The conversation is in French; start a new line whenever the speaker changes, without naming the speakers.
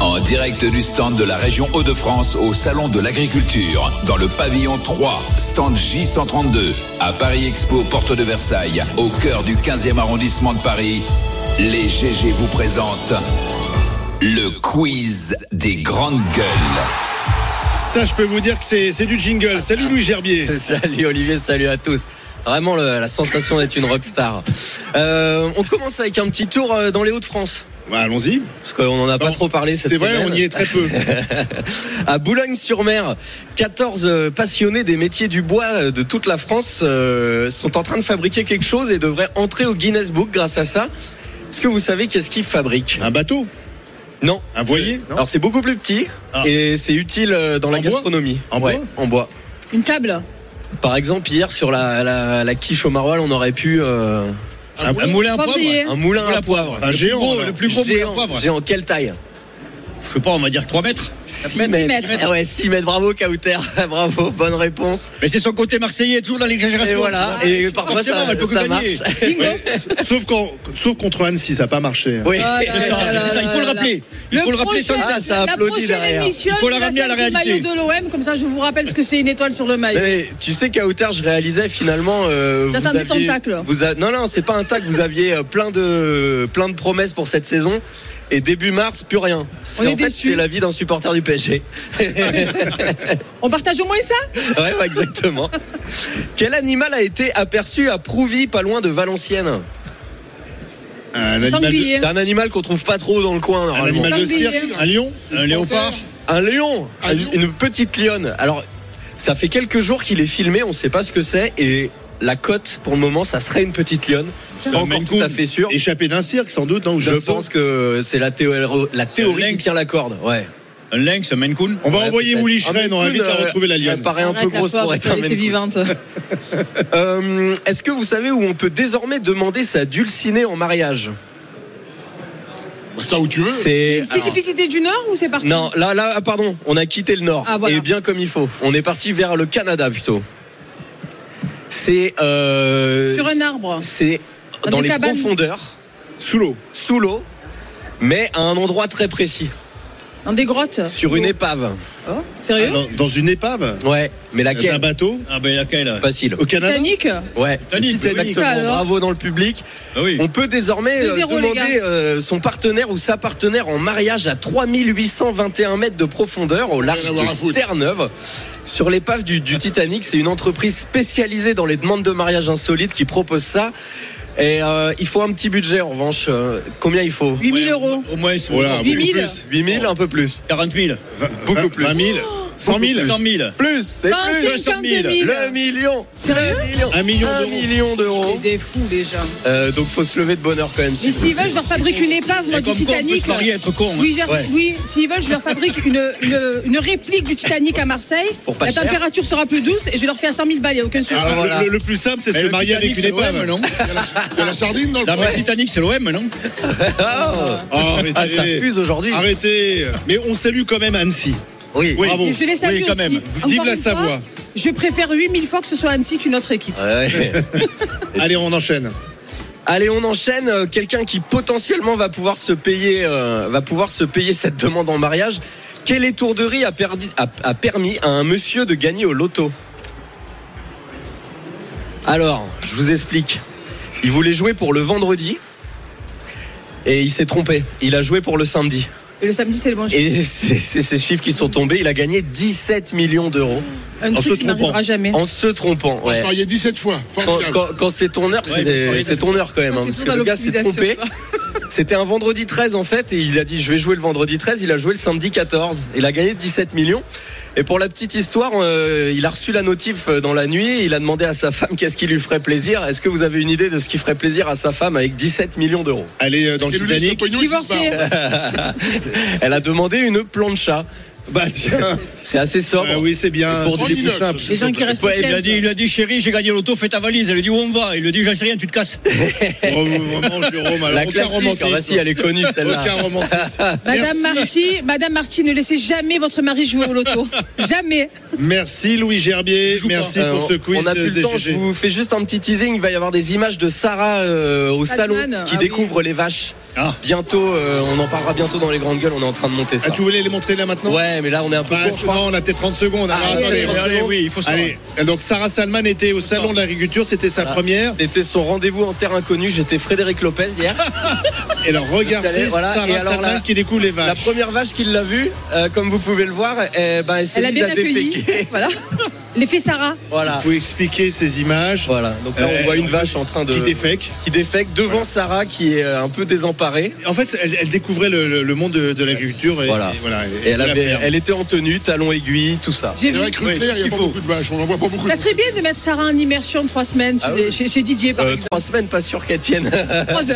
En direct du stand de la région Hauts-de-France au Salon de l'Agriculture, dans le pavillon 3, stand J132, à Paris Expo, porte de Versailles, au cœur du 15e arrondissement de Paris, les GG vous présentent le quiz des grandes gueules.
Ça, je peux vous dire que c'est c'est du jingle. Salut Louis Gerbier.
Salut Olivier, salut à tous. Vraiment le- la sensation d'être une rockstar. Euh, on commence avec un petit tour euh, dans les Hauts-de-France.
Bah, Allons-y.
Parce qu'on n'en a pas
Non,
trop parlé cette
C'est vrai,
semaine.
on y est très peu.
À Boulogne-sur-Mer, 14 euh, passionnés des métiers du bois euh, de toute la France euh, sont en train de fabriquer quelque chose et devraient entrer au Guinness Book grâce à ça. Est-ce que vous savez qu'est-ce qu'ils fabriquent
Un bateau,
Non.
un voilier. non Ah.
Alors c'est beaucoup plus petit et c'est utile euh, dans la
En bois
gastronomie.
En
Ouais,
bois
En bois.
Une table
Par exemple, hier sur la, la, la quiche au maroilles, on aurait pu euh,
Un
Un
moulin.
moulin à poivre
Poivrier.
un moulin à poivre.
Un géant.
gros,
alors.
le plus gros moulin à
géant,
poivre.
géant, quelle taille
Je sais pas, on va dire 3 mètres.
6
mètres.
Ah ouais, 6 mètres, bravo Kauter, bravo, bonne réponse.
Mais c'est son côté marseillais, toujours dans l'exagération. Ah,
Et voilà, et parfois
Forcément,
ça,
elle peut que
ça
gagner.
marche.
Bingo.
Sauf, qu'en- sauf contre Annecy, ça n'a pas marché. hein.
Oui.
Ah, là,
C'est ça,
là, là,
c'est ça, il faut
là,
le
là.
rappeler. Il faut le rappeler sans
prochain-
ça, ça
la
applaudit
prochaine
derrière.
émission,
Il faut la ramener à la
attaque du
réalité.
maillot de l'OM, comme ça je vous rappelle ce que c'est une étoile sur le maillot.
Mais tu sais Kauter, je réalisais finalement euh,
T'as
vous
attendu
aviez-
ton tacle.
vous a- non non, c'est pas un tacle, vous aviez euh, plein de plein de promesses pour cette saison et début mars plus rien. C'est
On est
en fait
déçus.
c'est la vie d'un supporter du PSG.
On partage au moins ça
Ouais, ouais, exactement. Quel animal a été aperçu à Prouvy pas loin de Valenciennes
Un animal, de,
Sanglier.
C'est un animal qu'on trouve pas trop dans le coin
un
normalement.
animal de
Sanglier.
cirque, un lion,
Un léopard.
Un lion,
Un lion.
une petite lionne. Alors, ça fait quelques jours qu'il est filmé, on ne sait pas ce que c'est, et la cote, pour le moment, ça serait une petite lionne. C'est pas
un
encore
Maine
tout à
Coon.
fait sûr.
échappé d'un cirque sans doute. Non, ou
je
d'un zoo.
pense que c'est la, théo- la théorie qui
lynx.
tient la corde. Ouais.
Un lynx, un Maine Coon.
On va
Ouais,
envoyer
peut-être.
Willy
Ah, mais
Schren, on va
Coon,
vite à
euh,
retrouver la
Elle
lionne.
paraît un peu
Arrête la
grosse
poire,
pour être un
allez,
Maine
c'est
Coon.
vivante.
Euh, Est-ce que vous savez où on peut désormais demander sa dulcinée en mariage
ça où tu veux.
C'est.
Une spécificité du Nord ou c'est parti
Non, là, là, ah, pardon, on a quitté le Nord.
Ah, voilà.
Et bien comme il faut. On est parti vers le Canada plutôt. C'est. euh,
Sur un arbre.
C'est
Dans
dans
des
les
cabanes.
profondeurs,
Sous l'eau.
sous l'eau, mais à un endroit très précis,
Dans des grottes
sur une épave.
Oh, Sérieux
Ah, Dans, dans une épave.
Ouais, mais
Un
laquelle
bateau.
Ah, ben laquelle là
Facile.
Au Canada.
Titanic
Ouais,
Titanic,
exactement.
oui. Alors
Bravo dans le public.
Ah oui.
On peut désormais euh,
2-0, les
demander euh, son partenaire ou sa partenaire en mariage à 3821 mètres de profondeur au large
avoir à
de
foutre.
Terre-Neuve. Sur l'épave du, du Titanic, c'est une entreprise spécialisée dans les demandes de mariage insolites qui propose ça. Et euh, il faut un petit budget en revanche. Euh, combien il faut
8000
Ouais, Ah,
euros.
Au moins, c'est
Voilà,
8 000.
beaucoup plus.
8000, un peu plus.
40 000.
Beaucoup plus.
20 000. 100 000.
100 000.
Plus, c'est plus.
150
200
000
Le million.
Sérieux
Le million.
Un million
Un
d'euros.
million
C'est
d'euros.
des fous déjà.
Euh, donc faut se lever de bonheur quand même.
Mais s'ils veulent, je leur fabrique une épave, moi,
Et
du
comme quoi, on peut
Titanic.
se marier être con. hein.
Oui, j'ai-
Ouais.
oui, s'ils veulent, je leur fabrique une, une, une réplique du Titanic à Marseille.
Pour pas
La
cher.
température sera plus douce et je leur fais à 100 000 balles, il n'y a aucun sujet.
Ah, le-
voilà.
le, le plus simple, c'est de
Mais
se
le
marier avec
Titanic,
une
c'est
épave.
l'OM, non
Il y a la sardine dans le
La vraie Titanic, c'est l'OM, non
Ah,
Oh, arrêtez.
ah, ça fuse aujourd'hui.
Arrêtez. Mais on salue quand même Annecy.
Oui.
Oui. Bravo.
Et je les salue
Oui, quand
aussi.
même.
Encore
Vive la
une fois,
Savoie.
je préfère 8000 fois que ce soit Annecy qu'une autre équipe.
Ouais.
Allez, on enchaîne.
Allez, on enchaîne. Euh, Quelqu'un qui potentiellement va pouvoir se payer, euh, va pouvoir se payer cette demande en mariage. Quelle étourderie a, perdi- a- a permis à un monsieur de gagner au loto Alors, je vous explique. Il voulait jouer pour le vendredi et il s'est trompé. Il a joué pour le samedi.
Et le samedi, c'était le bon jour.
Et c'est c'est ces chiffres qui sont tombés. Il a gagné 17 millions d'euros
Un
en se
truc qui n'arrivera
trompant.
jamais.
En se trompant. ouais.
Il y a 17 fois.
Quand,
Formidable.
quand- quand c'est ton heure, c'est
parce
des-
qu'on est
c'est ton heure quand même.
Quand
hein,
tu
parce que
tournes à
le gars s'est trompé.
l'optimisation,
C'était un vendredi 13 en fait, et il a dit je vais jouer le vendredi 13, il a joué le samedi 14. Il a gagné 17 millions. Et pour la petite histoire, euh, il a reçu la notif euh, dans la nuit, et il a demandé à sa femme qu'est-ce qui lui ferait plaisir. Est-ce que vous avez une idée de ce qui ferait plaisir à sa femme avec 17 millions d'euros
Allez euh, dans le
Et lui laisse le
Titanic.
hein.
pognon, il se
Divorcé.
barre.
Elle a demandé une plancha.
Bah tiens,
C'est assez sobre.
Ah oui, c'est bien.
Pour
c'est
dix
plus
minutes.
simple.
Les gens qui restent
Ouais,
Il a
simples.
dit, il a dit, chérie, j'ai gagné l'auto, fais ta valise. Elle lui dit, où on va Il lui dit, j'en sais rien, tu te casses.
Vraiment, vraiment, Jérôme, alors,
La
aucun
classique.
romantisme.
Ah bah si, elle est connue celle-là.
Aucun romantisme.
Madame
Merci.
Marty, Madame Marty, ne laissez jamais votre mari jouer au loto. jamais.
Merci Louis Gerbier,
joue
merci
Euh,
pour ce quiz.
on a
euh,
plus le temps, je
DGG.
vous fais juste un petit teasing. Il va y avoir des images de Sarah euh, au
Batman,
salon
ah
qui
oui.
découvre les vaches.
Ah.
Bientôt, euh, on en parlera bientôt dans les grandes gueules. On est en train de monter ça.
Ah, tu voulais les montrer là maintenant
ouais, mais là on est un peu
Bah,
court, je crois.
non, on a peut-être 30 secondes. Alors,
Ah, oui,
attendez,
oui,
Allez,
oui.
30
allez,
secondes.
oui, il faut savoir.
Allez, donc Sarah Salman était au salon de l'agriculture, c'était sa première.
C'était son rendez-vous en terre inconnue. J'étais Frédéric Lopez hier.
Ah, Et alors regardez
Allez, voilà.
Sarah
Et alors,
Salman
la-
qui découvre les
La
vaches.
première vache qui l'a vue, euh, comme vous pouvez le voir, eh ben, elle s'est
Elle a
mise
bien
à
accueilli.
déféquer.
Voilà. L'effet Sarah.
voilà.
Vous pouvez expliquer ces images
Voilà. Donc là, on
Euh,
voit une
on-
vache en train de
qui défèquent.
qui défèque devant Sarah qui est euh, un peu désemparée.
En fait, elle, elle découvrait le, le- le monde de, de l'agriculture et,
Voilà.
et voilà.
Et elle,
de la
avait-
ferme.
elle était en tenue, talons aiguilles, tout ça.
J'ai
C'est
vu.
vrai que rue Claire, il n'y a
Il
pas
faut.
beaucoup de vaches, on n'en voit pas beaucoup.
Ça serait bien de mettre Sarah en immersion de trois semaines chez,
Ah oui.
chez- chez Didier, par
Euh,
exemple.
trois semaines, pas sûr qu'elle tienne.
Trois heures.